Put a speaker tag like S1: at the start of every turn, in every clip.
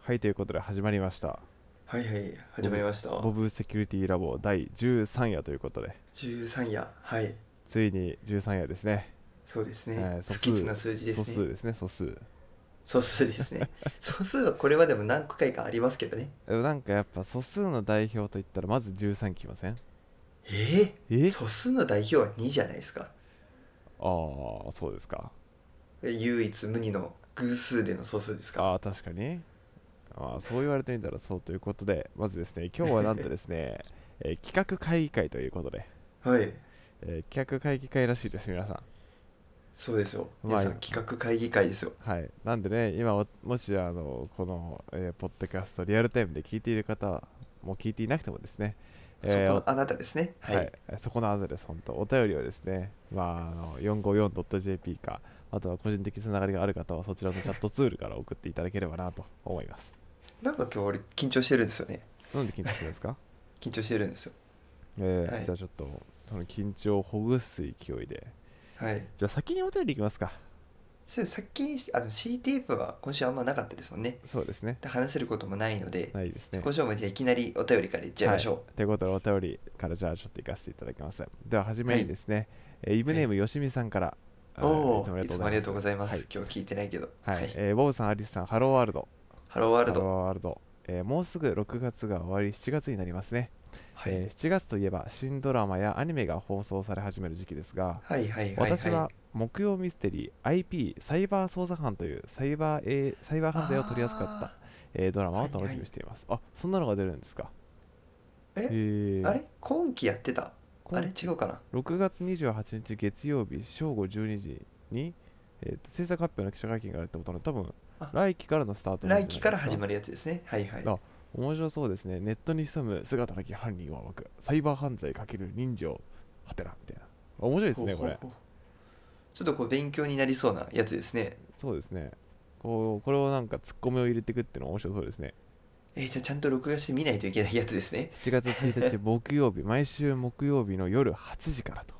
S1: はいということで始まりました
S2: はいはい始まりました
S1: ボブセキュリティラボ第13夜ということで
S2: 13夜はい
S1: ついに13夜ですね
S2: そうです
S1: は
S2: ね
S1: い素数
S2: 不吉な数字で
S1: 素
S2: す
S1: 数
S2: ね
S1: ですね素数
S2: 素数で すね素数はこれはでも何回かありますけどね
S1: でもなんかやっぱ素数の代表といったらまず13きません
S2: えー、
S1: え
S2: 素数の代表は2じゃないですか
S1: ああそうですか
S2: 唯一無二の偶数での素数ですか
S1: ああ確かにああそう言われてみたらそうということでまずですね今日はなんとです ね、えー企画会議会ということで、
S2: はい
S1: えー企画会議会らしいです皆さん
S2: そうですよ
S1: まあ
S2: 皆さん企画会議会ですよ
S1: はい、なんでね、今おもしあのこの、えーポッドキャストリアルタイムで聞いている方はもう聞いていなくてもですね、えー
S2: そ
S1: お
S2: このあなたですねは、
S1: はいい、そこのあざです、本当、お便りはですね、まあ、あの 454.jp か、あとは個人的つながりがある方はそちらのチャットツールから送っていただければなと思います。
S2: なんか今日俺緊張してるんですよね
S1: なんで緊張するんですか、
S2: 緊張してるんですよ
S1: えー
S2: はい
S1: じゃあちょっと、その緊張をほぐす勢いで、
S2: はい
S1: じゃあ先にお便りいきますか。
S2: そうさっきにあの C テープは今週あんまなかったですもんね
S1: そうですね。
S2: で話せることもないので、
S1: ないですね。
S2: 今週もじゃあいきなりお便りからいっちゃいましょう、
S1: はいということでお便りからじゃあちょっと行かせていただきますでは初めにですね、えーイブネームよしみさんから、あー
S2: おお、いつもありがとうご
S1: ざい
S2: ざいます。
S1: はい
S2: 今日聞いてないけど。
S1: ますはい、えーボブさんアリスさんハローワールド
S2: ハローワール
S1: ハロ
S2: ド。
S1: ーワールド、えーもうすぐ6月が終わり7月になりますね、
S2: はい、
S1: えー7月といえば新ドラマやアニメが放送され始める時期ですが
S2: はいはいはい、はい。
S1: 私は木曜ミステリー IP サイバー捜査班というサイバー、えーサイバー犯罪を取り扱った、えードラマを楽しみにしています、あそんなのが出るんですか
S2: え
S1: えー
S2: あー。あれ今期やってた
S1: 今
S2: あれ違うかな
S1: 6月28日月曜日正午12時に、えーと制作発表の記者会見があるってことなので多分
S2: あ
S1: 来期からのスタート
S2: 来期から始ま
S1: る
S2: るやつですね。はいはい。
S1: あ面白そうですねネットに潜む姿なき犯人はくサイバー犯罪×人情はてなみたいな面白いですね
S2: ほうほう
S1: こ
S2: ほうちょっとこう勉強になりそうなやつですね。
S1: れそうですねこうこれをなんかツッコミを入れていくっていうの面白そうです ね
S2: えー、じゃあちゃんと録画して見ないといけないやつですね。
S1: 7月1日木曜日毎週木曜日の夜8時からと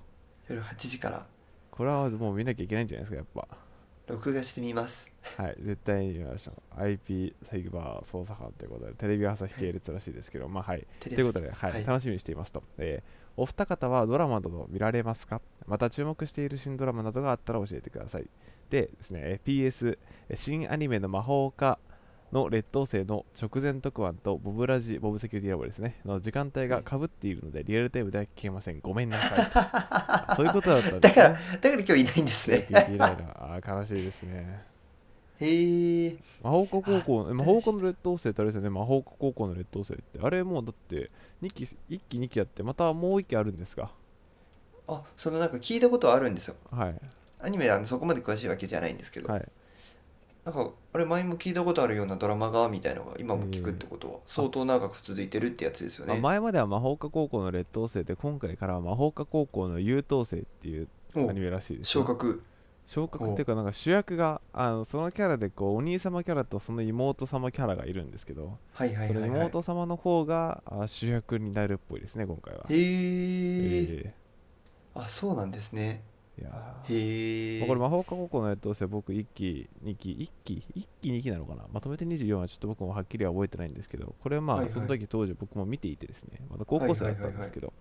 S2: 夜8時から
S1: これはもう見なきゃいけないんじゃないですかやっ
S2: 録画してみます。
S1: ぱはい絶対に見ましょう IP サイバー捜査班ということでテレビ朝日系列らしいですけどまあはい
S2: と
S1: ということで、はい楽しみにしていますと、えーお二方はドラマなど見られますかまた注目している新ドラマなどがあったら教えてくださいでですねえー PS えー新アニメの魔法家の劣等生の直前特番とボブラジボブセキュリティラボですねの時間帯が被っているのでリアルタイムでは聞けませんごめんなさいそういうことだったんで
S2: だ
S1: す
S2: か
S1: ね
S2: ら、だから今日いないんですね。
S1: 聞いて以来のあー悲しいですね
S2: へえ。
S1: 魔法科高校
S2: あ
S1: 魔法科の劣等生ってあれですよね魔法科高校の劣等生ってあれもうだって2期1期2期あってまたもう1期あるんですか
S2: あ、そのなんか聞いたことはあるんですよ。
S1: はい
S2: アニメあのそこまで詳しいわけじゃないんですけど。
S1: はい
S2: なんかあれ前も聞いたことあるようなドラマがみたいなのが今も聞くってことは相当長く続いてるってやつですよ
S1: あ
S2: ね。
S1: 前までは魔法科高校の劣等生で今回からは魔法科高校の優等生っていうア
S2: お
S1: ニメらしいですよ
S2: 昇格
S1: 昇格っていうかなんか主役があのそのキャラでこうお兄様キャラとその妹様キャラがいるんですけど、
S2: はいはいはい、
S1: そ
S2: は
S1: の
S2: い。
S1: 妹様の方があ主役になるっぽいですね今回は
S2: へー
S1: え
S2: あそうなんですね。
S1: ーいやー
S2: へえ。
S1: まあこれ魔法科高校の劣等生僕1期2期1期1期2期なのかなまとめて24はちょっと僕もはっきりは覚えてないんですけどこれまあ、
S2: はいはい
S1: その時当時僕も見ていてですねまだ高校生だったんですけど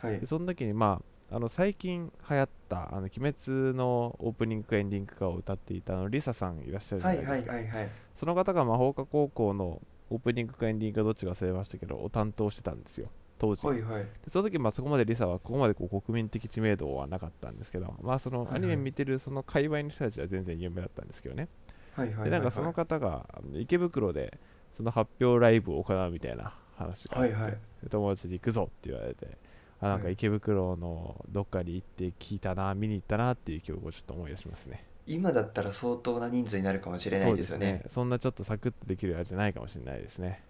S2: はい
S1: でその時にまああの最近流行った「あの鬼滅」のオープニングかエンディングかを歌っていたあのリサさんいらっしゃるじゃ
S2: は
S1: ない
S2: い
S1: ですか、
S2: はいはいはい。
S1: その方が魔法科高校のオープニングかエンディングかどっちか忘れましたけどを担当してたんですよ当時、
S2: はいはい。
S1: でその時まあそこまでリサはここまでこう国民的知名度はなかったんですけどまあその
S2: はいはい
S1: アニメ見てるその界隈の人たちは全然有名だったんですけどね、
S2: はいはいはいは
S1: で
S2: い。
S1: なんかその方があの池袋でその発表ライブを行うみたいな話があっ
S2: は
S1: て
S2: いはい。
S1: で友達に行くぞって言われてあなんか
S2: はい
S1: 池袋のどっかに行って聞いたな見に行ったなっていう記憶をちょっと思い出しますね
S2: 今だったら相当な人数になるかもしれないですよね。
S1: そんなちょっとサクッとできるやつじゃないかもしれないですね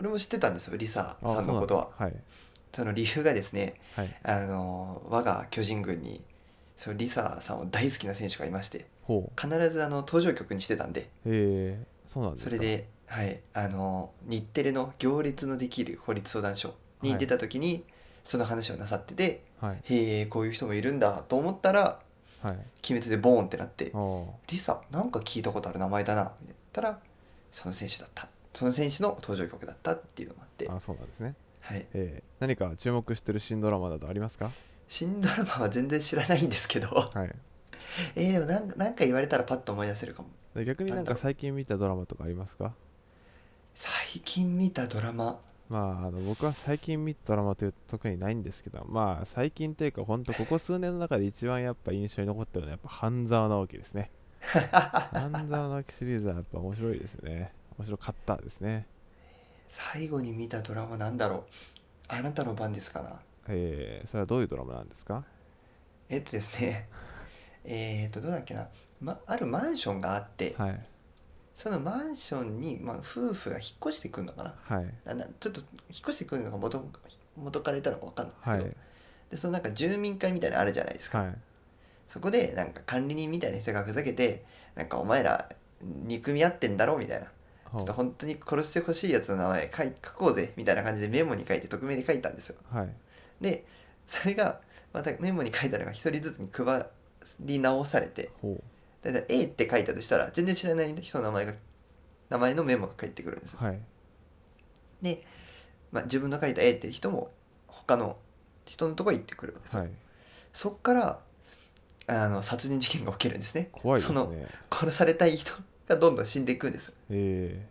S2: 俺も知ってたんですよリサ
S1: あ
S2: さんのことは。
S1: そうなんです
S2: その理由がですね
S1: はいはい
S2: あの我が巨人軍にそのリサさんを大好きな選手がいまして
S1: ほう
S2: 必ずあの登場曲にしてたんで。
S1: へえそうなんです
S2: そ
S1: か
S2: れで、はい、あの日テレの「行列のできる法律相談所」に出た時に、その話をなさってて
S1: はい
S2: へえこういう人もいるんだと思ったら
S1: はい
S2: 「鬼滅」でボーンってなって
S1: おー
S2: 「リサなんか聞いたことある名前だな」みたいなたらその選手だったその選手の登場曲だったっていうのもあって、
S1: あそうなんですね、
S2: はい、
S1: えー何か注目してる新ドラマなどありますか
S2: 新ドラマは全然知らないんですけど
S1: はい
S2: えーでもなんかなんか言われたらパッと思い出せるかも
S1: で逆になん
S2: なんだ
S1: か
S2: ろう
S1: 最近見たドラマとかありますか
S2: 最近見たドラマ
S1: まあ、あの僕は最近見たドラマという特にないんですけど、まあ、最近というか、本当、ここ数年の中で一番やっぱ印象に残ってるのは、やっぱ半沢直樹 ですね。半沢直樹シリーズはやっぱ面白いですね。面白かったですね。
S2: 最後に見たドラマなんだろうあなたの番ですかな
S1: えー、それはどういうドラマなんですか
S2: えっとですね えっとどうだっけな、ま、あるマンションがあって、
S1: はい。
S2: そのマンションに、まあ、夫婦が引っ越してくるのかな
S1: はい。
S2: あなちょっと引っ越してくるのが元元からいたのか分かんないです
S1: は
S2: け
S1: い。
S2: ど、でそのなんか住民会みたいなのあるじゃないですか、
S1: はい。
S2: そこでなんか管理人みたいな人がふざけてなんかお前ら憎み合ってんだろみたいなちょっと
S1: ほ
S2: 本当に殺してほしいやつの名前書い書こうぜみたいな感じでメモに書いて匿名で書いたんですよ
S1: うはい。
S2: でそれがまたメモに書いたのが一人ずつに配り直されて
S1: ほ
S2: だいたい A って書いたとしたら全然知らない人の名前が名前のメモが返ってくるんですよ
S1: う。はい。
S2: で、まあ、自分の書いた A って人も他の人のとこ行ってくるんですよ、
S1: はい。
S2: そっからあの殺人事件が起きるんですね
S1: 怖いです
S2: その
S1: ね。
S2: 殺されたい人がどんどん死んでいくんです
S1: え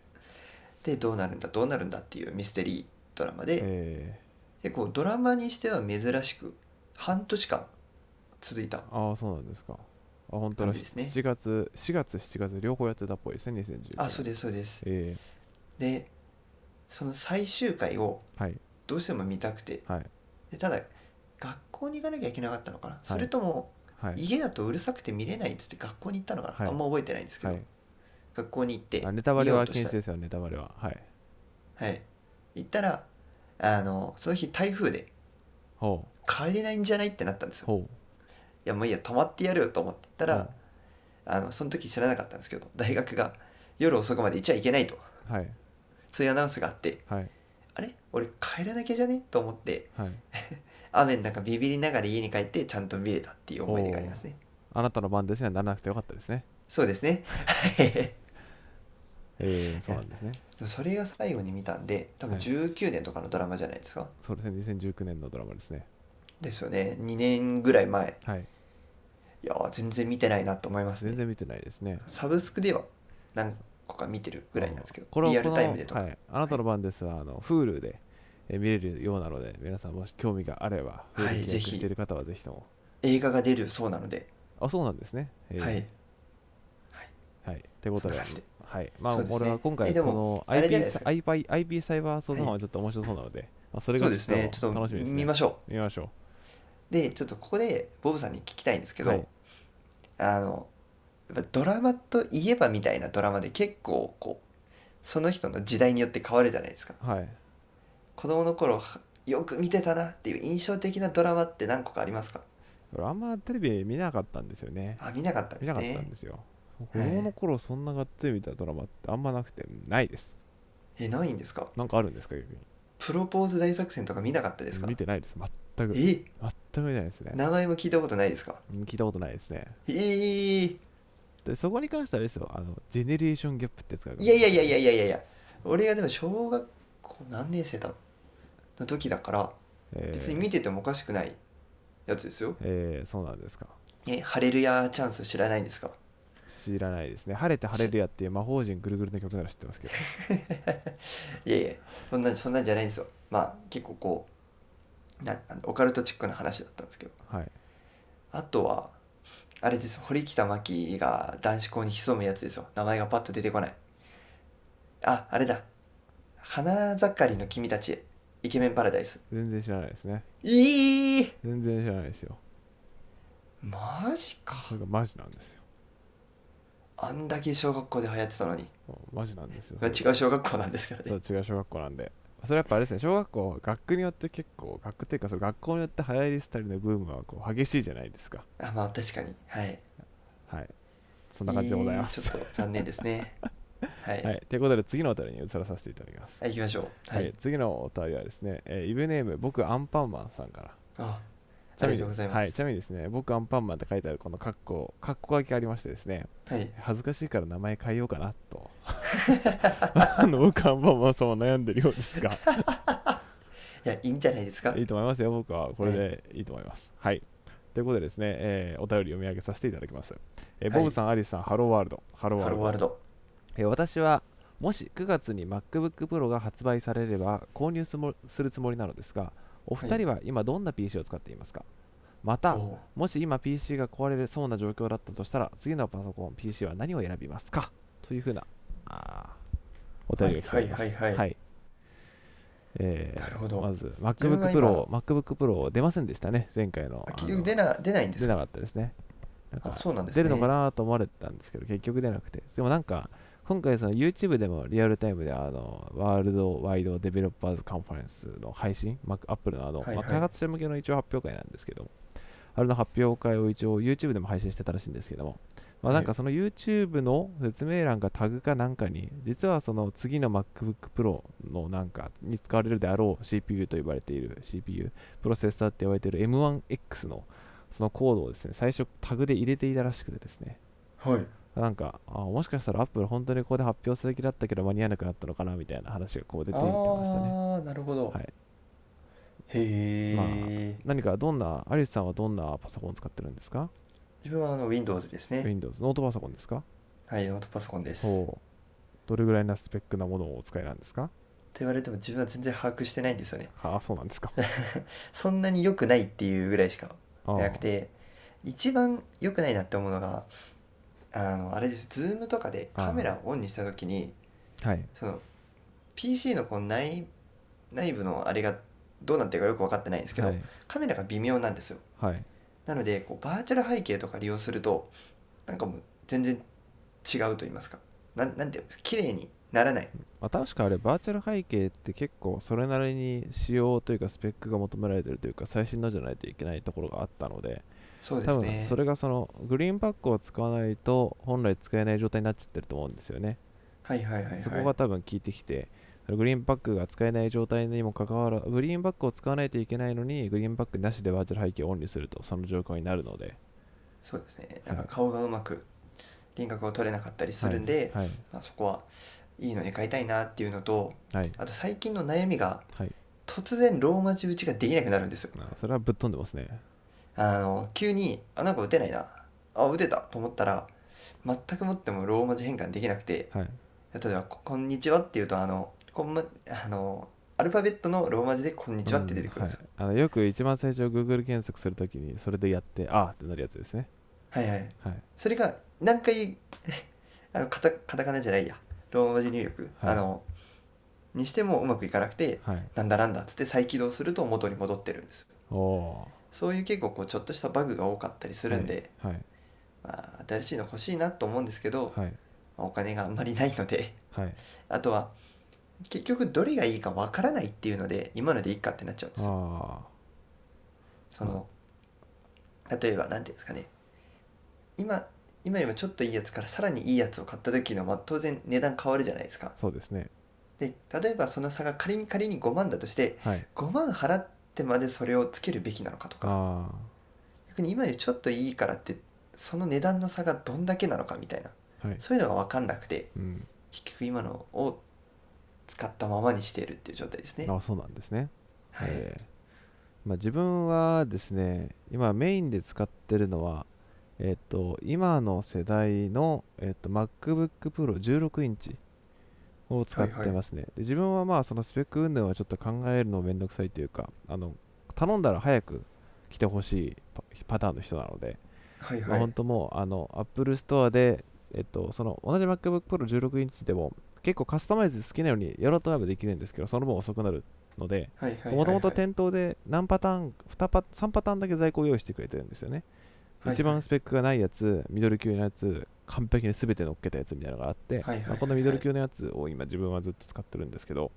S2: でどうなるんだどうなるんだっていうミステリードラマ
S1: ー、
S2: で、
S1: え
S2: 結構ドラマにしては珍しく半年間続いた
S1: ー、ああ、そうなんですか。あ、本当
S2: 感
S1: だ。
S2: じですね
S1: 7月、4月、7月、両方やってたっぽいですね、2019年。。
S2: あそうですすそうです
S1: え
S2: でその最終回を
S1: ー、はい。
S2: どうしても見たくて
S1: はい。
S2: でただ学校に行かなきゃいけなかったのかな、それとも
S1: はい。
S2: 家だとうるさくて見れないっつって学校に行ったのかな、
S1: はい
S2: あんま覚えてないんですけど、
S1: はい
S2: 学校に行って
S1: あネタバレ
S2: 見よ
S1: は
S2: うとし
S1: 禁
S2: た
S1: 止ですよ、ネタバレは。はい。
S2: はい行ったらあのその日台風で
S1: ほ
S2: 帰れないんじゃないってなったんです
S1: う。
S2: よ
S1: ほ
S2: いやもういいや泊まってやるよと思って行った
S1: う。
S2: ら、あのその時知らなかったんですけど大学が夜遅くまで行っちゃいけないと
S1: うんはい。
S2: そういうアナウンスがあって
S1: はい。
S2: あれ俺帰らなきゃじゃねと思って
S1: はい。
S2: 雨の中ビビりながら家に帰ってちゃんと見れたっていう思い出がありますね
S1: あなたの番ですね、ならなくてよかったですね。
S2: そうですねはい
S1: えー、そうなんですね。
S2: それが最後に見たんで多分
S1: はい
S2: 19年とかのドラマじゃないですか、
S1: そうですね、2019年のドラマですね。
S2: ですよね2年ぐらい前
S1: はい。
S2: いやー全然見てないなと思います
S1: 全
S2: ね
S1: 然見てないですね。
S2: サブスクでは何個か見てるぐらいなんですけど
S1: これは
S2: リアルタイ
S1: この
S2: ムでとか、
S1: はい。あなたの番ですは、あの、Hulu でえー見れるようなので、皆さんもし興味があれば、
S2: は
S1: Hulu
S2: い
S1: に契
S2: ぜ
S1: 約
S2: ひ
S1: している方はぜひとも。
S2: 映画が出るそうなので、
S1: あ、そうなんですね。えー
S2: はい。
S1: はい。ってことで
S2: そんな感じで、
S1: はい。まあ、
S2: そうですね
S1: 俺は今
S2: え
S1: 回、
S2: で
S1: こ
S2: も
S1: の
S2: あれじゃ
S1: IP
S2: ないです
S1: サ
S2: か
S1: IP IP サイバー捜査班はちょっと面白そうなので、まあそれ
S2: そ
S1: が
S2: うですねち
S1: ち
S2: ょ
S1: ょ
S2: っ
S1: っと
S2: と
S1: 楽しみですね。
S2: 見ましょ
S1: 見ましょ
S2: うでちょっとここでボブさんに聞きたいんですけど、
S1: はい
S2: あのやっぱドラマといえばみたいなドラマで結構こうその人の時代によって変わるじゃないですか
S1: う。はい。
S2: 子供の頃はよく見てたなっていう印象的なドラマって何個かありますか
S1: 俺あんまテレビ見なかったんですよね。
S2: あ見なかったんで
S1: 見
S2: す
S1: なかったん
S2: ね
S1: ですよ。
S2: い
S1: 子供の頃そんながっつり見たドラマってあんまなくて、ないです。
S2: えないんですか
S1: なんかあるんですか逆に。
S2: プロポーズ大作戦とか見なかったですか
S1: 見てないです。全く。全
S2: え
S1: く見てないですね。
S2: 名前も聞いたことないですか
S1: うん聞いたことないですね。
S2: えー、
S1: で、そこに関してはあれですよ。あの、ジェネレーションギャップってやつがある
S2: いやいやいやいやいやいやいや俺がでも小学校何年生だろうの時だから
S1: えー
S2: 別に見ててもおかしくないやつですよ
S1: えーそうなんですか。
S2: えハレルヤチャンス知らないんですか
S1: 知らないですね。晴れて晴れるやっていう魔法陣ぐるぐるの曲なら知ってますけど。
S2: いやいやそんなそんなんじゃないんですよまあ結構こうなあのオカルトチックな話だったんですけど
S1: はい。
S2: あとはあれです堀北真希が男子校に潜むやつですよ名前がパッと出てこないああれだ花盛りの君たちへイケメンパラダイス
S1: 全然知らないですね。
S2: いい
S1: 全然知らないですよ。
S2: マジか
S1: それがマジなんですよ。
S2: あんだけ小学校で流行ってたのに
S1: うんマジなんですよ。
S2: 違う小学校なんですけど
S1: そ
S2: ね
S1: う違う小学校なんでそれやっぱあれですね小学校学区によって結構学区っていうかその学校によって流行りスタイルのブームはこう激しいじゃないですか
S2: あまあ確かにはい
S1: はいそんな感じでございます、
S2: えーちょっと残念ですねは い、
S1: はい、ということで次のお便りに移らさせていただきます、
S2: はい、行きましょう
S1: は
S2: はいい
S1: 次のお便りはですね、えーイブネーム僕アンパンマンさんから
S2: あ
S1: ち
S2: あ
S1: なみに
S2: りがとうございま
S1: はい、
S2: す
S1: ちなみにですね僕アンパンマンって書いてあるこのカッコカッコ書きがありましてですね
S2: はい
S1: 恥ずかしいから名前変えようかなと あの僕アンパンマンさんは悩んでるようですが
S2: いやいいんじゃないですか
S1: いいと思いますよ僕はこれでいいと思いますはいということでですね、えーお便り読み上げさせていただきます、えー
S2: はい
S1: ボブさん、アリスさんハローワールドハローワー
S2: ハ
S1: ル
S2: ロー
S1: ド
S2: ワールド
S1: えー私はもし9月に MacBookPro が発売されれば購入すもするつもりなのですがお二人は今どんな PC を使っていますか、また
S2: おう
S1: もし今 PC が壊れそうな状況だったとしたら次のパソコン PC は何を選びますかというふうなあーお便りが来ております
S2: はいはいはいはい
S1: えー
S2: なるほど
S1: まず
S2: 自分は今
S1: MacBookPro MacBookPro 出ませんでしたね前回の
S2: あ
S1: あ
S2: 結
S1: の
S2: 局出な出ないんです
S1: 出
S2: か
S1: なかったですねなんか
S2: あそうなんです
S1: 出
S2: ね
S1: るのかなと思われてたんですけど、結局出なくて。でもなんか、今回その YouTube でもリアルタイムであのワールドワイドデベロッパーズカンファレンスの配信、Mac Apple のあの、
S2: はいはい
S1: まあ開発者向けの一応発表会なんですけども、あれの発表会を一応 YouTube でも配信してたらしいんですけども、まあ、なんかその YouTube の説明欄かタグかなんかに、実はその次の MacBook Pro のなんかに使われるであろう CPU と呼ばれている CPU、プロセッサーって呼ばれている M1X のそのコードをですね、最初タグで入れていたらしくてですね、
S2: はい
S1: なんかあもしかしたらアップル本当にここで発表する気だったけど間に合わなくなったのかなみたいな話がこう出ていってましたね
S2: ああなるほど、
S1: はい
S2: へえ、
S1: まあ何かどんなアリスさんはどんなパソコンを使ってるんですか
S2: 自分はあの Windows ですね
S1: Windows ノートパソコンですか
S2: はいノートパソコンですと
S1: おうどれぐらいなスペックなものをお使いなんですか
S2: 言われても自分は全然把握してないんですよね
S1: ああそうなんですか
S2: そんなに良くないっていうぐらいしか
S1: ああ
S2: なくて一番良くないなって思うのがあのあれですズームとかでカメラをオンにした時に
S1: はい
S2: その PC のこの内内部のあれがどうなってるかよく分かってないんですけど、
S1: はい
S2: カメラが微妙なんですよ
S1: はい
S2: なのでこうバーチャル背景とか利用するとなんかもう全然違うと言いますかなんなんて言うんですか綺麗にならない
S1: まあ、確かあれバーチャル背景って結構それなりに仕様というかスペックが求められてるというか最新のじゃないといけないところがあったので
S2: そうで
S1: 多
S2: す
S1: 分
S2: ね
S1: それがそのグリーンバックを使わないと本来使えない状態になっちゃってると思うんですよね、
S2: はいはいはいはい
S1: そこが多分効いてきてグリーンバックが使えない状態にもかかわらずグリーンバックを使わないといけないのにグリーンバックなしでバーチャル背景をオンにするとその状況になるので
S2: そうですね
S1: は
S2: ないんか顔がうまく輪郭を取れなかったりするんで、
S1: はい
S2: まあ、そこはいいのに買いたいなっていうのと
S1: はい、
S2: あと最近の悩みが
S1: はい
S2: 突然ローマ字打ちができなくなるんですよ
S1: あそれはぶっ飛んでますね
S2: あの急にあなんか打てないなあ打てたと思ったら全くもってもローマ字変換できなくて
S1: はい
S2: 例えばこ「こんにちは」っていうとあのこん、ま、あのアルファベットのローマ字で「こんにちは」って出てくるんですよ、
S1: うんはいあのよく一番最初 Google 検索するときにそれでやってあーってなるやつですね
S2: はいはい
S1: はい
S2: それが何回 あのカタカタカナじゃないやローマ字入力、
S1: はい
S2: あのにしてもうまくいかなくて
S1: はい
S2: なんだなんだっつって再起動すると元に戻ってるんです
S1: おお
S2: そういう結構こうちょっとしたバグが多かったりす
S1: す
S2: るんで、
S1: はい
S2: まあ、新しいの欲しいなと思うんですけど、
S1: はい
S2: まあお金があんまりないので
S1: はい、はい、
S2: あとは結局どれがいいかわからないっていうので今のでいいかってなっちゃうんですよ
S1: あ
S2: その例えば何ていうんですかね今今よりもちょっといいやつからさらにいいやつを買った時の、まあ、当然値段変わるじゃないですか
S1: あそうですね
S2: で例えばその差が仮に仮に5万だとして
S1: はい
S2: 5万払ってまでそれをつけるべきなのかとか
S1: あ
S2: 逆に今よりちょっといいからってその値段の差がどんだけなのかみたいな
S1: あはい
S2: そういうのが分かんなくて
S1: うん
S2: 結局今のを使ったままにしているっていう状態ですね。
S1: あそうなんですね
S2: はい、
S1: えーまあ、自分はですね今メインで使ってるのはえっ、と今の世代の、えっと MacBookPro16 インチを使ってますね、で自分はまあそのスペック云々はちょっと考えるのめんどくさいというかあの頼んだら早く来てほしいパパターンの人なので、
S2: はい
S1: ま
S2: は
S1: あ
S2: い
S1: 本当もうあの Apple Store で、えっと、その同じ MacBookPro16 インチでも結構カスタマイズ好きなようにやろうと思えばできるんですけどその分遅くなるので、
S2: はいはい
S1: もともと
S2: はいはい
S1: 店頭で何パターン2パ3パターンだけ在庫を用意してくれてるんですよね、
S2: はいはい
S1: 一番スペックがないやつミドル級のやつ完璧に全て乗っけたやつみたいなのがあって、
S2: はいはいはい
S1: まあこのミドル級のやつを今自分はずっと使ってるんですけど、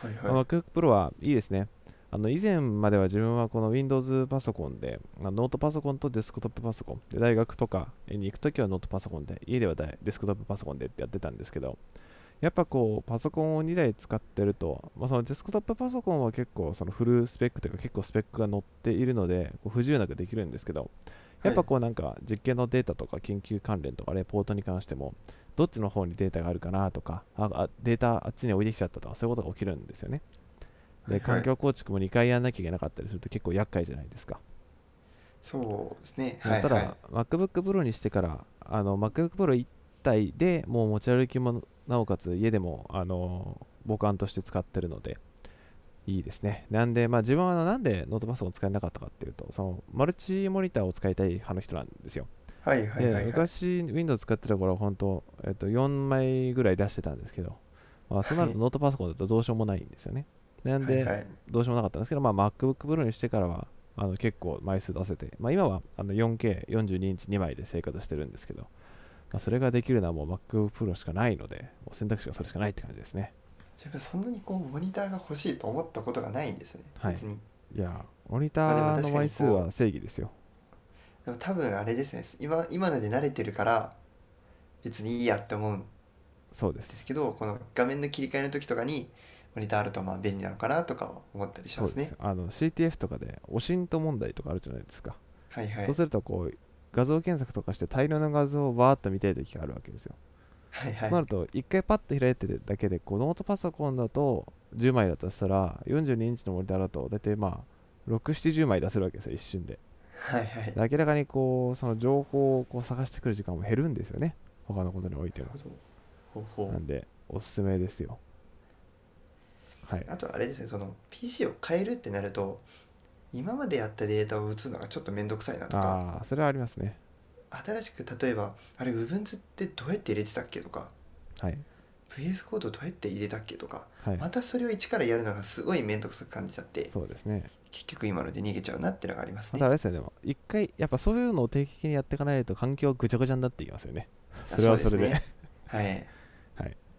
S2: はい
S1: ま
S2: は
S1: あ MacBookPro はいいですねあの以前までは自分はこの Windows パソコンで、まあノートパソコンとデスクトップパソコンで大学とかに行くときはノートパソコンで家では大デスクトップパソコンでってやってたんですけどやっぱこうパソコンを2台使ってると、まあ、そのデスクトップパソコンは結構そのフルスペックというか結構スペックが載っているのでこう不自由なくできるんですけどやっぱこうなんか実験のデータとか研究関連とかレポートに関してもどっちの方にデータがあるかなとかああデータあっちに置いてきちゃったとかそういうことが起きるんですよね
S2: はい
S1: で環境構築も2回やんなきゃいけなかったりすると結構厄介じゃないですか、
S2: そうですね。はい、
S1: た
S2: はい。
S1: だ MacBook Pro にしてからあの MacBook Pro1 体でもう持ち歩きもなおかつ家でもあの母艦として使ってるのでいいですねなんで、まあ、自分はあのなんでノートパソコンを使えなかったかっていうとそのマルチモニターを使いたい派の人なんですよ
S2: はいはいはい、は
S1: で
S2: い。
S1: 昔 Windows 使ってた頃は本当、えっと、4枚ぐらい出してたんですけど、まあ、そうなるとノートパソコンだとどうしようもないんですよねなんで、
S2: はいはい、
S1: どうしようもなかったんですけど、まあ、MacBook Pro にしてからはあの結構枚数出せて、まあ、今はあの 4K42 インチ2枚で生活してるんですけど、まあ、それができるのはもう MacBook Pro しかないのでもう選択肢がそれしかないって感じですね
S2: 自分そんなにこうモニターが欲しいと思ったことがないんですよね。
S1: はい
S2: 別に。
S1: いやーモニタ
S2: まあでも
S1: ーの
S2: 確か
S1: 枚
S2: に
S1: 数
S2: こう
S1: は正義ですよ
S2: でも多分あれですね。今今ので慣れてるから別にいいやって思うん
S1: そうで
S2: ですすけど、この画面の切り替えの時とかにモニターあるとまあ便利なのかなとか思ったりし
S1: そうです
S2: ますね
S1: よ。あの CTF とかでオシント問題とかあるじゃないですか、
S2: はいはい
S1: そうするとこう画像検索とかして大量の画像をバーッと見たい時があるわけですよ
S2: はいはい
S1: となると1回パッと開いてるだけでこうノートパソコンだと10枚だとしたら42インチのモニターだと大体まあ670枚出せるわけですよ一瞬で
S2: はいはい。
S1: で明らかにこうその情報をこう探してくる時間も減るんですよね他のことにおいて
S2: な
S1: も
S2: るほど。ほうほう
S1: なんでおすすめですよはい
S2: あとあれですね、その PC を変えるってなると、今までやったデータを打つのがちょっとめんどくさいなとか、
S1: ああそれはありますね
S2: 新しく例えば、あれ Ubuntu ってどうやって入れてたっけとか、
S1: はい
S2: VS コードどうやって入れたっけとか、
S1: はい
S2: またそれを一からやるのがすごいめんどくさく感じちゃって、
S1: そうですね
S2: 結局今ので逃げちゃうなっていうのがあります
S1: あ
S2: ね。
S1: とあれですよねでも一回やっぱそういうのを定期的にやっていかないと環境ぐちゃぐちゃになっていきますよね
S2: あ
S1: それはそれで。
S2: はい。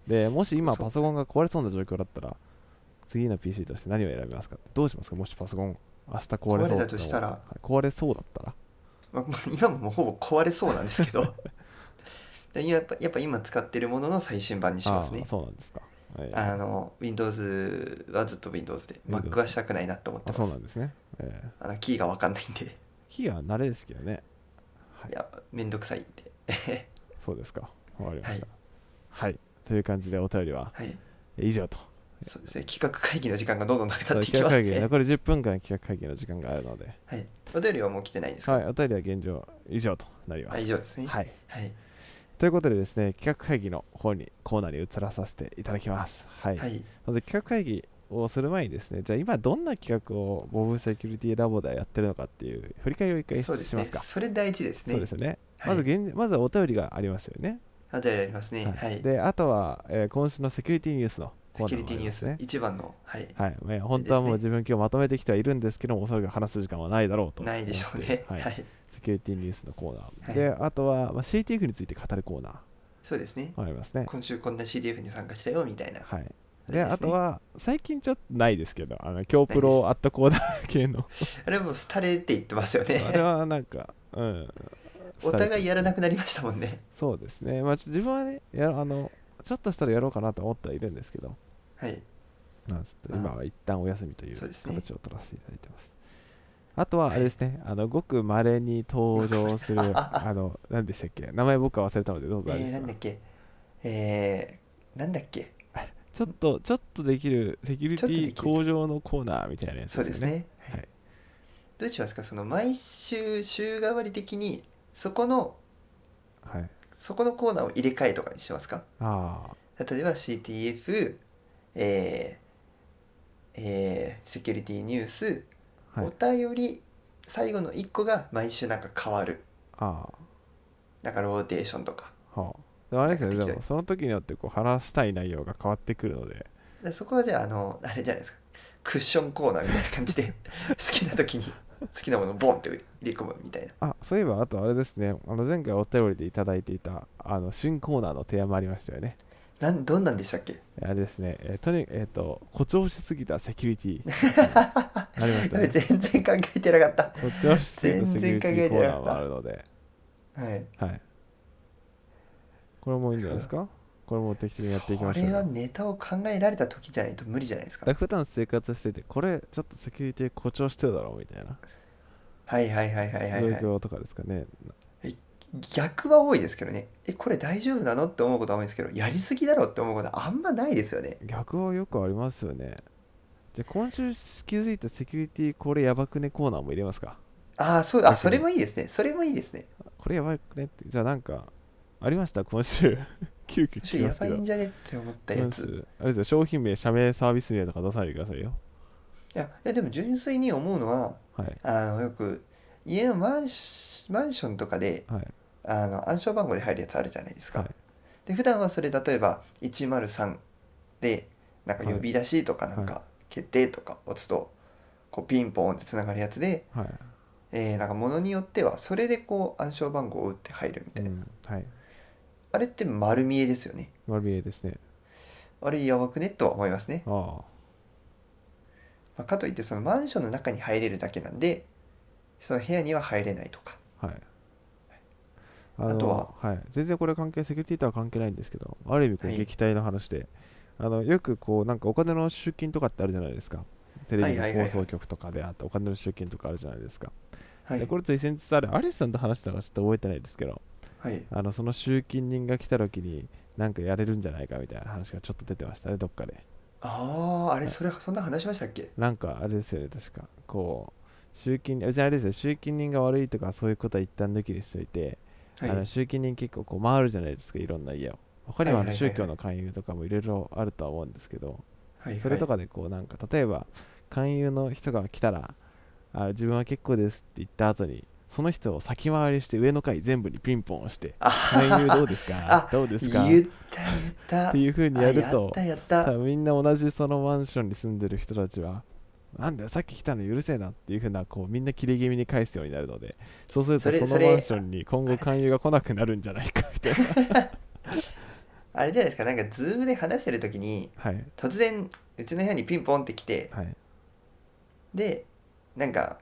S1: でもし今
S2: そう
S1: パソコンが壊れそうな状況だったら次の PC として何を選びますかどうしますかもしパソコン明日壊れそう
S2: 壊れたとしたら
S1: はい壊れそうだったら
S2: まあ、今ももうほぼ壊れそうなんです けど、でやっぱやっぱ今使ってるものの最新版にします
S1: あ
S2: ね
S1: あ。そうなんですか、ええ
S2: あの Windows はずっと Windows で
S1: Windows
S2: Mac はしたくないなと思って
S1: あそ
S2: ま
S1: うな
S2: す
S1: んですね、ええ
S2: あのキーが分かんないんでい
S1: キーは慣れですけどねはい
S2: やめんどくさいんで
S1: そうですかわかりましたはい、という感じでお便りは
S2: はい
S1: 以上と
S2: そうですね企画会議の時間がどんどんなくなって
S1: 企
S2: いき
S1: 画
S2: ます
S1: 会議
S2: ね
S1: 残り10分間企画会議の時間があるので
S2: はいお便りはもう来てないですか
S1: はいお便りは現状以上となります
S2: あ以上ですね
S1: はい
S2: はい
S1: ということでですね企画会議の方にコーナーに移らさせていただきますはい
S2: はい
S1: まず企画会議をする前にですね、じゃあ今どんな企画をボブセキュリティラボではやってるのかっていう振り返りを一回し
S2: そうで
S1: ますす
S2: ね
S1: か。
S2: それ大事です
S1: そう
S2: ね
S1: ですよね。
S2: はい
S1: まず現まずはお便りがありますよね。
S2: お便りありますね
S1: は
S2: はいいセ
S1: で、あとは、えー今週のセキュリティニュースのコーナ
S2: キ
S1: ー
S2: ュリ
S1: も
S2: テ
S1: あり
S2: ィニュー
S1: ます
S2: ス
S1: ね。
S2: 一番のはい
S1: はい、まあ本当はもう自分今日まとめてきてはいるんですけども、おそらく話す時間はないだろうと思っ
S2: な
S1: て。
S2: いでしょうね
S1: は。
S2: はいい
S1: セキュリティニュースのコーナー。
S2: はい
S1: で、あとは、まあ、CTF について語るコーナ
S2: そうですね
S1: ーがありますね。
S2: 今週こんな CDF に参加したよみたいな
S1: はい。
S2: あ
S1: で、
S2: れですね
S1: あとは、最近ちょっとないですけど、あの、京プロアットコーナー系の
S2: あれはもう廃れていってますよ
S1: あれ
S2: ね
S1: はなんか、うん。
S2: お互いやらな
S1: く
S2: くなりましたもんね
S1: そうですね。まあ、ちょ自分はねやろ、あの、ちょっとしたらやろうかなと思ってはいるんですけど、
S2: はい
S1: まあちょっと今は一旦お休みという
S2: そうですね
S1: 形を取らせていただいてます。あとは、あれですね、あの、ごく稀に登場 する、あの、何でしたっけ、名前僕は忘れたので、どう
S2: え
S1: ぞあれで
S2: ー、
S1: すか
S2: なんだっけえー、なんだっけ
S1: ちょっと、ちょっとできるセキュリテ
S2: ちょっとで
S1: ィ
S2: きる
S1: 向上のコーナーみたいなやつ
S2: そうですね。
S1: はい
S2: はいどうしますかその毎週週替わり的にそこの
S1: はい。
S2: そこのコーナーを入れ替えとかにしますか
S1: ああ、
S2: 例えば CTF えー、えーセキュリティニュース、
S1: はい。
S2: お便り最後の1個が毎週なんか変わる
S1: あ
S2: なんかローテーションとか
S1: あ、はあ。でもあれですよね、
S2: なんかできちゃう
S1: でもその時によってこう話したい内容が変わってくるので、
S2: でそこはじゃああのあれじゃないですかクッションコーナーみたいな感じで 好きな時に好きなものをボンって入れ込むみたいな
S1: あそういえばあとあれですねあの前回お便りでいただいていたあの新コーナーの提案もありましたよね
S2: なんどんなんでしたっけ
S1: あれですねえーとにえっ、と誇張しすぎたセキュリティ ありましたね
S2: 全然考えてなかっ
S1: 誇張しすぎたセキュリティコーナーもあるので
S2: た。はい。
S1: はいこれもいいんじゃないですかこれも定期的にやっていき
S2: そ
S1: ましょ
S2: れ
S1: う
S2: は
S1: よ
S2: ネタを考えられた時じゃないと無理じゃないですか。
S1: だ普段生活しててこれちょっとセキュリティ誇張してるだろうみたいな
S2: はいはいはいはいはい、
S1: 状
S2: はい。
S1: 況とかですかね
S2: え逆は多いですけどねえこれ大丈夫なのって思うことは多いんですけどやりすぎだろって思うことはあんまないですよね
S1: 逆はよくありますよねじゃあ今週気づいたセキュリティこれやばくねコーナーも入れますか
S2: ああそう
S1: 確か
S2: あ
S1: に
S2: それもいいですねそれもいいですね
S1: これやばくねってじゃあなんかありました今週 急遽聞
S2: ちょ
S1: きま
S2: や
S1: す
S2: ば
S1: け
S2: い
S1: ど
S2: んじゃねって思ったやつ
S1: なんすあれですよ商品名社名サービス名とか出さないでくださいよ
S2: いやいやでも純粋に思うのは
S1: はい
S2: あのよく家のマンシマンションとかで
S1: はい
S2: あの暗証番号で入るやつあるじゃないですか、
S1: はい
S2: で普段はそれ例えば103でなんか呼び出しとかなんか決定とか押すとこうピンポンってつながるやつで、
S1: は
S2: えーなんかものによってはそれでこう暗証番号を打って入るみ
S1: い、
S2: た
S1: う
S2: いな、
S1: ん、はい
S2: あれって丸見えですよね
S1: 丸見えですね
S2: あれやばくねとは思いますね、
S1: ああ
S2: まあ、かといってそのマンションの中に入れるだけなんでその部屋には入れないとか
S1: はい。あの、
S2: あとはい
S1: 全然これ関係、セキュリティとは関係ないんですけど、ある意味こう
S2: はい
S1: 撃退の話で、あのよくこうなんかお金の集金とかってあるじゃないですか。テレビ
S2: はいはいはい
S1: の
S2: はい
S1: 放送局とかであったお金の集金とかあるじゃないですか。
S2: はい
S1: でこれつい先日あれ、アリスさんと話したのかちょっと覚えてないですけど、
S2: はい
S1: あのその集金人が来た時に、なんかやれるんじゃないかみたいな話がちょっと出てましたね、どっかで。
S2: あああれそれそんな話しましたっけ
S1: なんかあれですよね、確か。こう、集金、別にあれですよ、集金人が悪いとかそういうことは一旦抜きにしといて、
S2: はい
S1: あの集金人結構こう回るじゃないですかいろんな家を他にもあ
S2: は
S1: の
S2: いはいはいは
S1: 宗
S2: い
S1: 教の勧誘とかもいろいろあるとは思うんですけど
S2: はい
S1: それと
S2: か
S1: かでこうなんか例えば勧誘の人が来たらあ自分は結構ですって言った後にその人を先回りして上の階全部にピンポン押して
S2: あ
S1: 勧誘どうですか
S2: あ
S1: どうですかっ
S2: 言った言った
S1: ていう風にやると
S2: あやっ
S1: 多
S2: たやっ
S1: 分みんな同じそのマンションに住んでる人たちはなんだよさっき来たの許せえなっていう風なこうみんな切れ気味に返すようになるのでそうする
S2: それ
S1: とそ
S2: そ
S1: の
S2: れ
S1: マンションに今後勧誘が来なくなるんじゃないかみたいな
S2: たあれじゃないですかなんかズームで話してる時に
S1: はい
S2: 突然うちの部屋にピンポンって来て
S1: はい
S2: でなんか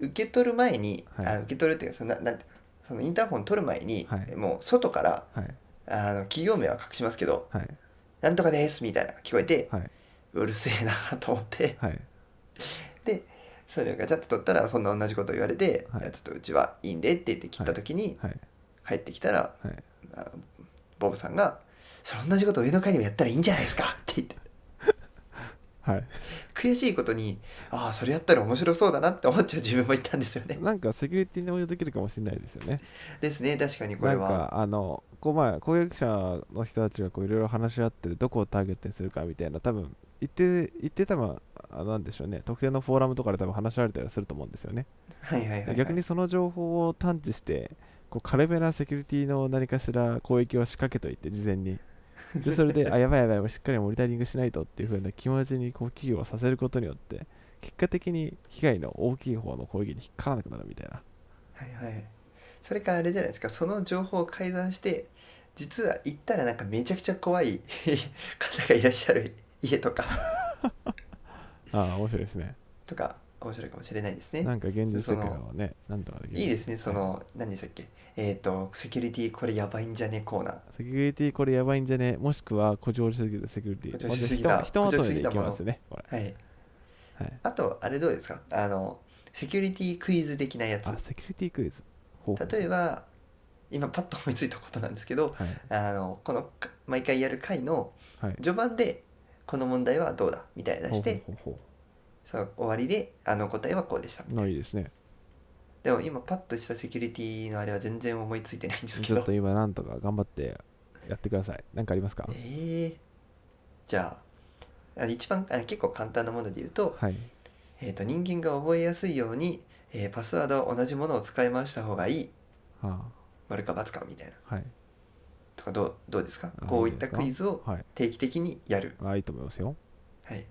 S2: 受け取る前に、
S1: はい
S2: あ受け取るっていうかそのななんてそのインターホン取る前に、
S1: はい
S2: もう外から
S1: はい
S2: あの企業名は隠しますけど
S1: はい
S2: 「なんとかです」みたいなのが聞こえて、
S1: はい。
S2: うるせえなと思って
S1: はい。
S2: それをガチャッと取ったらそんな同じこと言われて「
S1: はい
S2: いやちょっとうちはいいんで」って言って切った時に、
S1: はい。
S2: 帰ってきたら
S1: はい。
S2: あボブさんが「それ同じこと上の階にもやったらいいんじゃないですか」って言って
S1: はい。
S2: 悔しいことにああそれやったら面白そうだなって思っちゃう 自分もいたんですよね。
S1: なんかセキュリティに応用できるかもしれないですよね。
S2: ですね確かにこ
S1: な
S2: れ
S1: ん
S2: は。
S1: か、あの、こう、まあ、攻撃者の人たちがこういろいろ話し合ってる、どこをターゲットにするかみたいな、多分言って、言ってたま、あなんでしょうね、特定のフォーラムとかで多分話し合われたりすると思うんですよね。
S2: はいはいはいはい、
S1: 逆にその情報を探知して、こう軽めなセキュリティの何かしら攻撃を仕掛けといて、事前 に。でそれで、あ、やばいやばい、しっかりモニタリングしないとっていう風な気持ちにこう企業をさせることによって、結果的に被害の大きい方の攻撃に引っかからなくなるみたいな。
S2: はいはい、それかあれじゃないですかその情報を改ざんして実は行ったらなんかめちゃくちゃ怖い 方がいらっしゃる 家とか
S1: ああ、面白いですね。
S2: とか面白いかもしれないです
S1: な
S2: ね。
S1: んか現実
S2: そ
S1: 世
S2: の
S1: 界はね、なんとかできる。
S2: いいですねそ
S1: はい。
S2: の何でしたっけえっ、とセキュリティこれやばいんじゃねコーナー。
S1: セキュリティこれやばいんじゃねもしくは誇張しすぎたセキュリティ。
S2: 誇張しすぎた
S1: ひとまと
S2: 誇張
S1: め
S2: しす
S1: で
S2: ぎ
S1: い
S2: た
S1: き
S2: もの
S1: ますね。これ
S2: はい、
S1: はい、
S2: あとあれどうですかあのセキュリティクイズ的なやつ
S1: あ、セキュリティクイズ。ほうほう
S2: 例えば今パッと思いついたことなんですけど
S1: はい。
S2: あのこのか毎回やる回の
S1: はい。
S2: 序盤でこの問題はどうだみたいな出して
S1: ほうほうほ
S2: その終わりであの答えはこうでした
S1: うほうのいいですね。
S2: でも今パッとしたセキュリティのあれは全然思いついてないんです
S1: ち
S2: け
S1: ょっ
S2: ど
S1: と今なんとか頑張ってやってください。何かありますか
S2: えー、じゃああ一番あ結構簡単なもので言うと,、
S1: はい。
S2: えー、と人間が覚えやすいように、えーパスワードは同じものを使い回した方がいい
S1: は
S2: 丸か×かみたいな
S1: あ、はい。
S2: とかどうどうですか
S1: あ
S2: こういっ
S1: いい
S2: た
S1: ですか
S2: クイズを
S1: はい。
S2: 定期的にやる、
S1: あ、いいと思いますよ。
S2: はい、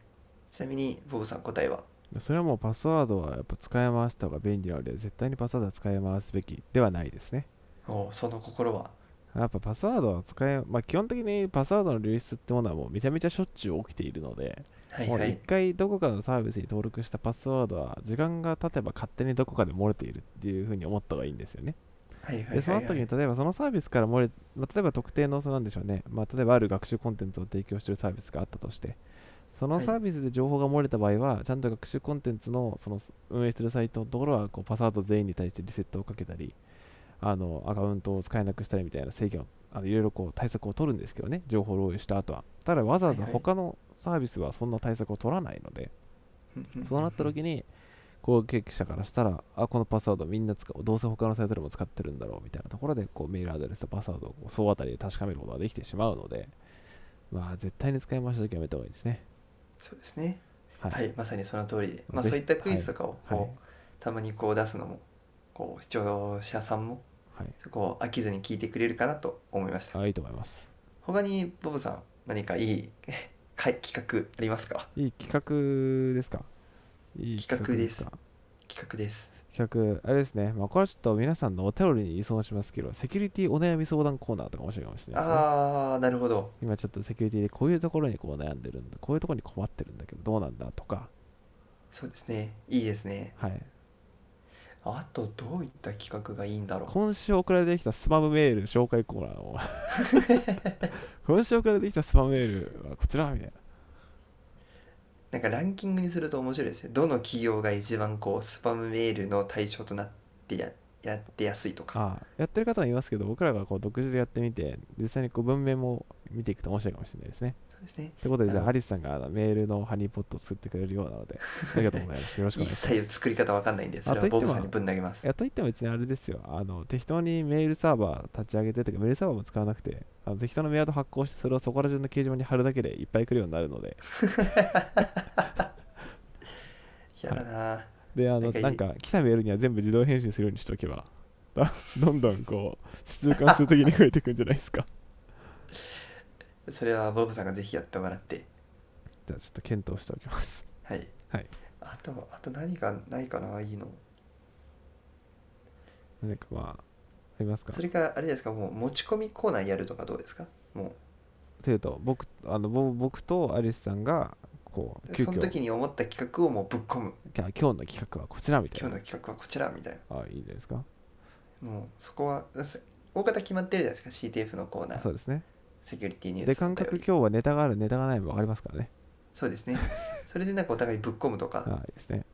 S2: ちなみにボブさん答えは
S1: それはもうパスワードはやっぱ使い回した方が便利なので、絶対にパスワードは使い回すべきではないですね。
S2: おうその心は
S1: やっぱパスワードは使え、まあ、基本的にパスワードの流出ってものはもうめちゃめちゃしょっちゅう起きているので、
S2: はい
S1: も
S2: は
S1: う一
S2: い
S1: 回どこかのサービスに登録したパスワードは時間が経てば勝手にどこかで漏れているっていうふうに思った方がいいんですよね。
S2: はいはい
S1: でその
S2: はいは
S1: 時に
S2: い
S1: 例えばそのサービスから漏れ、まあ、例えば特定のそのなんでしょうね、まあ、例えばある学習コンテンツを提供しているサービスがあったとしてその
S2: はい
S1: サービスで情報が漏れた場合は、ちゃんと学習コンテンツのその運営しているサイトのところはこうパスワード全員に対してリセットをかけたりあのアカウントを使えなくしたりみたいな制限をあのいろいろこう対策を取るんですけどね情報漏洩した後はただわざわざ
S2: はいはい
S1: 他のサービスはそんな対策を取らないので、
S2: うん
S1: そうなった時に攻撃者からしたらあこのパスワードみんな使うどうせ他のサイトでも使ってるんだろうみたいなところでこうメールアドレスとパスワードをこう総当たりで確かめることができてしまうので、まあ、絶対に使い回した時はやめた方がいいですね。
S2: そうですね
S1: はい、
S2: はい、まさにその通りで、まあ、
S1: ぜひ
S2: そういったクイズとかをこう、
S1: はい
S2: たまにこう出すのもこう視聴者さんも
S1: はい
S2: そこを飽きずに聞いてくれるかなと思いました
S1: あいいと思います。
S2: 他にボブさん何かいい かい企画ありますか
S1: いい企画ですかいい
S2: 企画です
S1: か
S2: 企画です
S1: 企画、あれですね、まあ、これはちょっと皆さんのお便りに依存しますけど、セキュリティお悩み相談コーナーとか面白いかもしれないです、ね。
S2: ああなるほど
S1: 今ちょっとセキュリティでこういうところにこう悩んでるんだ、こういうところに困ってるんだけど、どうなんだとか、
S2: そうですねいいですね
S1: はい、
S2: あとどういった企画がいいんだろう
S1: 今週送られてきたスパムメール紹介コーナー を今週送られてきたスパムメールはこちらみたいな。
S2: なんかランキングにすると面白いですねどの企業が一番こうスパムメールの対象となってややってやすいとか
S1: ああやってる方もいますけど、僕らがこう独自でやってみて、実際にこう文面も見ていくと面白いかもしれないですね。
S2: そうですね
S1: ということで、じゃ
S2: あ
S1: あ、
S2: の
S1: アリスさんがあのメールのハニーポットを作ってくれるようなの で、ありがとうございます。よろしくお願い
S2: 一
S1: します。
S2: 切作り方わかんないんでそれはボブさんにぶん投げます
S1: いやといっても別にあれですよあの適当にメールサーバー立ち上げてとかメールサーバーも使わなくてあの適当なメアド発行してそれをそこら中の掲示板に貼るだけでいっぱい来るようになるので
S2: やだな
S1: であの
S2: なんかいい
S1: なんか来たメールには全部自動返信するようにしておけばあ どんどんこう指数関数的に増えていくんじゃないですか
S2: それはボブさんがぜひやってもらって
S1: じゃあちょっと検討しておきます
S2: はい
S1: はい
S2: あとあと何かないかないいの
S1: 何かまあありますか
S2: それかあれですかもう持ち込みコーナーやるとかどうですかも
S1: というと僕あのぼ僕とアリスさんがこう
S2: う
S1: 急
S2: そ
S1: 遽
S2: の時に思った企画をもうぶっ込む
S1: きゃ今日の企画はこちらみた
S2: 今
S1: い
S2: 日
S1: な
S2: の企画はこちらみたい
S1: あいいんじゃないですか
S2: なもうそこはだって大方決まってるじゃないですか CTF のコーナ
S1: そ
S2: ー
S1: うですね
S2: セキュリティニュース
S1: で感覚
S2: お便り
S1: 今日はネタがあるネタがないも分かりますからね
S2: そうですねそれでなんかお互いぶっ込 むとか
S1: あいいですね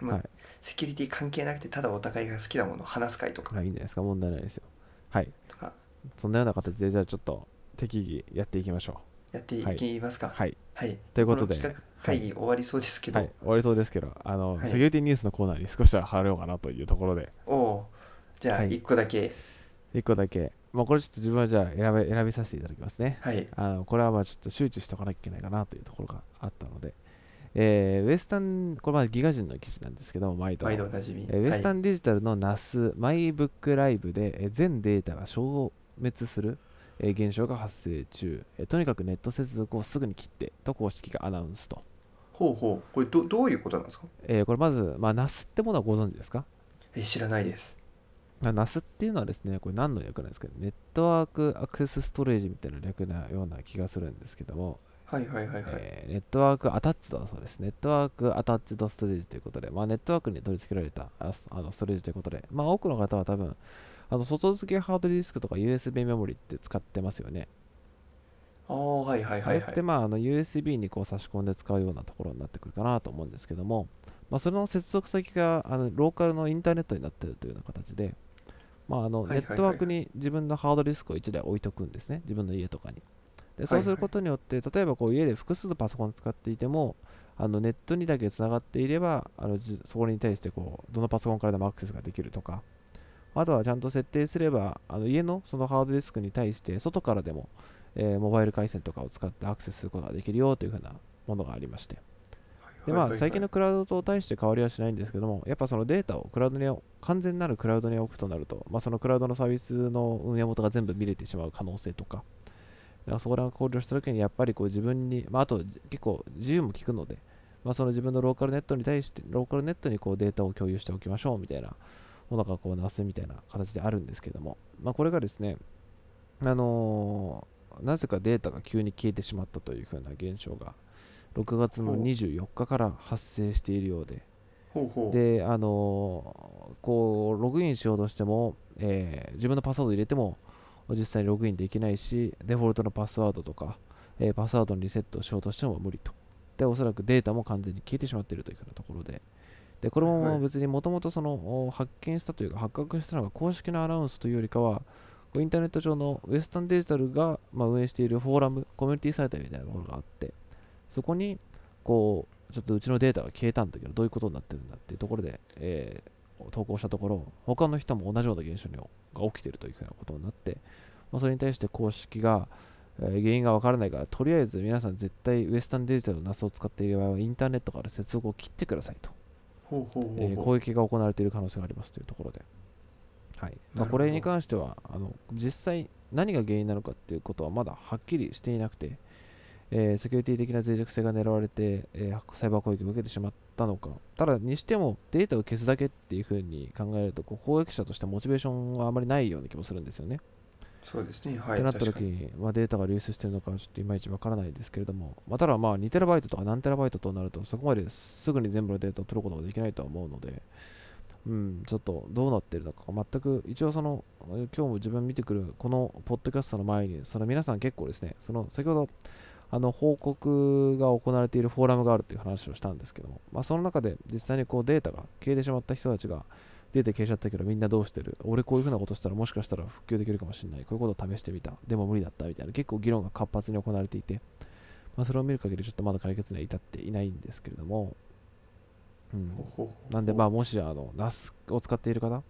S2: もう
S1: はい
S2: セキュリティ関係なくてただお互いが好きなものを話す会とか
S1: はいいいんじゃないですか問題ないですよはい
S2: とか
S1: そんなような形でじゃあちょっと適宜やっていきましょ
S2: やっていきます
S1: う
S2: か
S1: はい
S2: はい。
S1: ということで
S2: の企画会議終わりそうですけど、
S1: はい終わりそうですけどあの、
S2: はい
S1: セキュリティニュースのコーナーに少しは貼ろうかなというところで
S2: おおう、じゃあ
S1: はい
S2: 一個だけ、
S1: 1個だけまあこれちょっと自分はじゃあ選べ選びさせていただきますね
S2: はい、
S1: あのこれはまあちょっと周知しておかなきゃいけないかなというところがあったのでえーウエスタンこれまあギガ人の記事なんですけども毎度
S2: 毎度おなじみ。
S1: えーウエスタ
S2: はい、
S1: ンデジタルの NAS、マイブックライブで、えー全データが消滅する、えー現象が発生中、えーとにかくネット接続をすぐに切ってと公式がアナウンスと、
S2: ほうほう、これどどういうことなんですか
S1: えーこれまず、まあ、NAS ってものはご存知ですか、
S2: え、知らないです。
S1: まあ、?NAS っていうのはですね、これ何の略なんですかね、ネットワークアクセスストレージみたいな略なような気がするんですけども、
S2: はいはいはいはい。
S1: えーネットワークアタッチだそうです。ネットワークアタッチドストレージということで、まあ、ネットワークに取り付けられたああのストレージということで、まあ、多くの方は多分、あの外付けハードディスクとか USB メモリって使ってますよね。
S2: ああ、はいはいはい
S1: あ
S2: は
S1: れっ
S2: い
S1: て、。まあ、あの USB にこう差し込んで使うようなところになってくるかなと思うんですけども、まあ、それの接続先があのローカルのインターネットになっているというような形で、まあ、あの
S2: はいは
S1: ネ
S2: いはいは
S1: ッ
S2: い
S1: トワークに自分のハードディスクを1台置いとくんですね、自分の家とかに。でそうすることによって、例えばこう家で複数のパソコンを使っていても、あのネットにだけつながっていれば、あのじそこに対してこうどのパソコンからでもアクセスができるとか、あとはちゃんと設定すれば、あの家のそのハードディスクに対して、外からでも、えーモバイル回線とかを使ってアクセスすることができるよというふうなものがありまして、で
S2: はい
S1: ま
S2: はいは
S1: あ、
S2: い
S1: 最近のクラウドと対して変わりはしないんですけども、やっぱそのデータをクラウドにお完全なるクラウドに置くとなると、まあ、そのクラウドのサービスの運用元が全部見れてしまう可能性とか、だからそこら辺を考慮したときに、やっぱりこう自分に、まあ、あとじ結構自由も利くので、まあ、その自分のローカルネットに対して、ローカルネットにこうデータを共有しておきましょうみたいなものがこうなすみたいな形であるんですけども、まあ、これがですね、あのーなぜかデータが急に消えてしまったというふうな現象が、6月の
S2: ほう
S1: 24日から発生しているようで、
S2: ほうほう。
S1: で、あのーこう、ログインしようとしても、えー自分のパスワードを入れても、実際にログインできないし、デフォルトのパスワードとか、えーパスワードのリセットをしようとしても無理と。で、おそらくデータも完全に消えてしまっているというようなところで、でこれ
S2: は
S1: も
S2: い
S1: 別にもともとそのお発見したというか発覚したのが公式のアナウンスというよりかはこうインターネット上のウエスタンデジタルがまあ運営しているフォーラムコミュニティサイトみたいなものがあってそこにこうちょっとうちのデータが消えたんだけどどういうことになってるんだっていうところで、えー投稿したところ他の人も同じような現象にが起きてるというふうなことになって、まあ、それに対して公式が、えー原因がわからないからとりあえず皆さん絶対ウエスタンデジタルの NAS を使っている場合はインターネットから接続を切ってくださいと
S2: ほうほう
S1: えー
S2: ほうほ
S1: 攻
S2: う。
S1: 撃が行われている可能性がありますというところで、はいま
S2: なるほ
S1: あ、
S2: ど
S1: これに関してはあの実際何が原因なのかっていうことはまだはっきりしていなくて、えーセキュリティ的な脆弱性が狙われて、えーサイバー攻撃を受けてしまったのかただにしてもデータを消すだけっていうふうに考えるとこう攻撃者としてモチベーションはあまりないような気もするんですよね。
S2: そうですね。は
S1: っ
S2: い、
S1: てなった
S2: 確
S1: 時
S2: かに。
S1: に、まあ、データが流出してるのかはちょっといまいちわからないですけれども、まあ、ただまあ2テラバイトとか何テラバイトとなるとそこまですぐに全部のデータを取ることができないとは思うので、うん、ちょっとどうなってるのか全く一応そのえー今日も自分見てくるこのポッドキャストの前にその皆さん結構ですねその先ほどあの報告が行われているフォーラムがあるという話をしたんですけども、まあ、その中で実際にこうデータが消えてしまった人たちがデータ消えちゃったけどみんなどうしてる俺こういうふうなことしたらもしかしたら復旧できるかもしれないこういうことを試してみたでも無理だったみたいな結構議論が活発に行われていて、まあ、それを見る限りちょっとまだ解決には至っていないんですけれども、うん、
S2: ほうほうほう
S1: なんで、まあ、もし、あの、NAS を使っている方、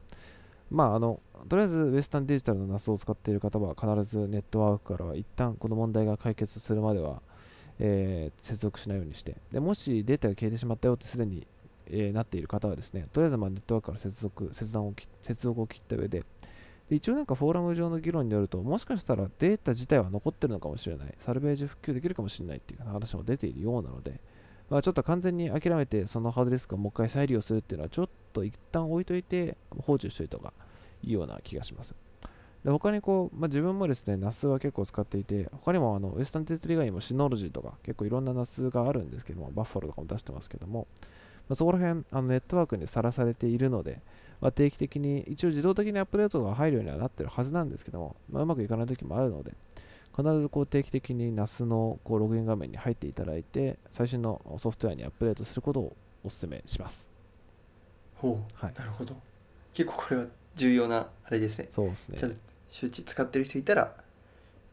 S1: まあ、あの、とりあえず、ウエスタンデジタルの NAS を使っている方は、必ずネットワークからは、一旦この問題が解決するまでは、えー接続しないようにして、でもしデータが消えてしまったよってすでに、えーなっている方はですね、とりあえず、まあ、ネットワークから接続、切断を切接続を切った上で、で一応なんかフォーラム上の議論によると、もしかしたらデータ自体は残ってるのかもしれない、サルベージ復旧できるかもしれないっていう話も出ているようなので、まあ、ちょっと完全に諦めてそのハードディスクをもう一回再利用するっていうのはちょっと一旦置いといて放置しといた方がいいような気がします。で他にこう、まあ、自分もですね、NAS は結構使っていて、他にもあのウエスタンテート以外にもシノロジーとか結構いろんな NAS があるんですけども、バッファローとかも出してますけども、まあ、そこら辺あのネットワークにさらされているので、まあ、定期的に一応自動的にアップデートが入るようにはなってるはずなんですけども、まあ、うまくいかない時もあるので、必ずこう定期的に NAS のこうログイン画面に入っていただいて、最新のソフトウェアにアップデートすることをお勧めします。
S2: ほ。
S1: はいう
S2: なるほど。結構これは重要なあれですね。
S1: そうですね
S2: ちゃん。と周知使ってる人いたら、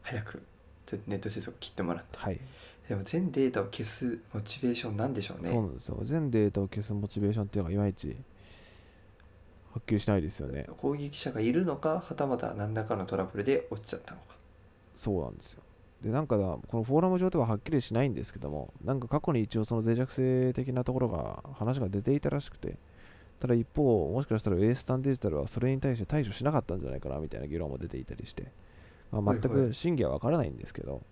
S2: 早くちょっとネット接続切ってもらって。
S1: はい。
S2: でも全データを消すモチベーションなんでしょうね。
S1: そうなんですよ。全データを消すモチベーションっていうのがいまいちはっきりしないですよね。
S2: 攻撃者がいるのか、はたまた何らかのトラブルで落ちちゃったのか。
S1: そうなんですよ。で、なんかな、このフォーラム上でははっきりしないんですけども、なんか過去に一応その脆弱性的なところが、話が出ていたらしくて、ただ一方、もしかしたらウエスタンデジタルはそれに対して対処しなかったんじゃないかなみたいな議論も出ていたりして、まあ、
S2: はいは
S1: 全
S2: い
S1: く真偽はわからないんですけど、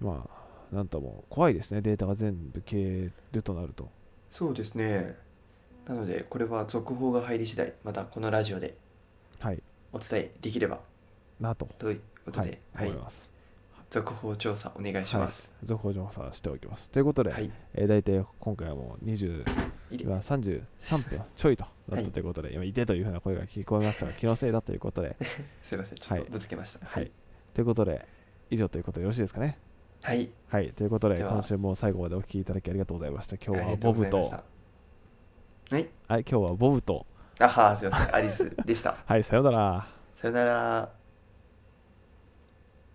S1: まあ、なんとも怖いですね、データが全部消えるとなると。
S2: そうですね。なので、これは続報が入り次第、またこのラジオで
S1: はい、
S2: お伝えできれば
S1: なと、
S2: ということ
S1: はい
S2: で、、はい
S1: 思います。
S2: 続報調査お願いします。
S1: 続報調査しておきます。ということで、
S2: はい、
S1: えー大体今回はもう20、
S2: いで
S1: 今33分 ちょいとな
S2: は
S1: っ
S2: い
S1: たということで、今、いてというふうな声が聞こえましたが、気のせいだということ で、
S2: すいません、ちょっとぶつけました。
S1: はい。ということで、以上ということでよろしいですかね。
S2: はい、
S1: はい。ということで、
S2: では
S1: 今週も最後までお聞きいただきありがとうございました。今日
S2: あり
S1: は
S2: が
S1: ボ
S2: とうご
S1: ブ
S2: ざいまし
S1: と、
S2: た
S1: は。
S2: はい、
S1: い、今日はボブと、
S2: あはーすいません、アリスでした。
S1: はい、さようなら。
S2: さよなら。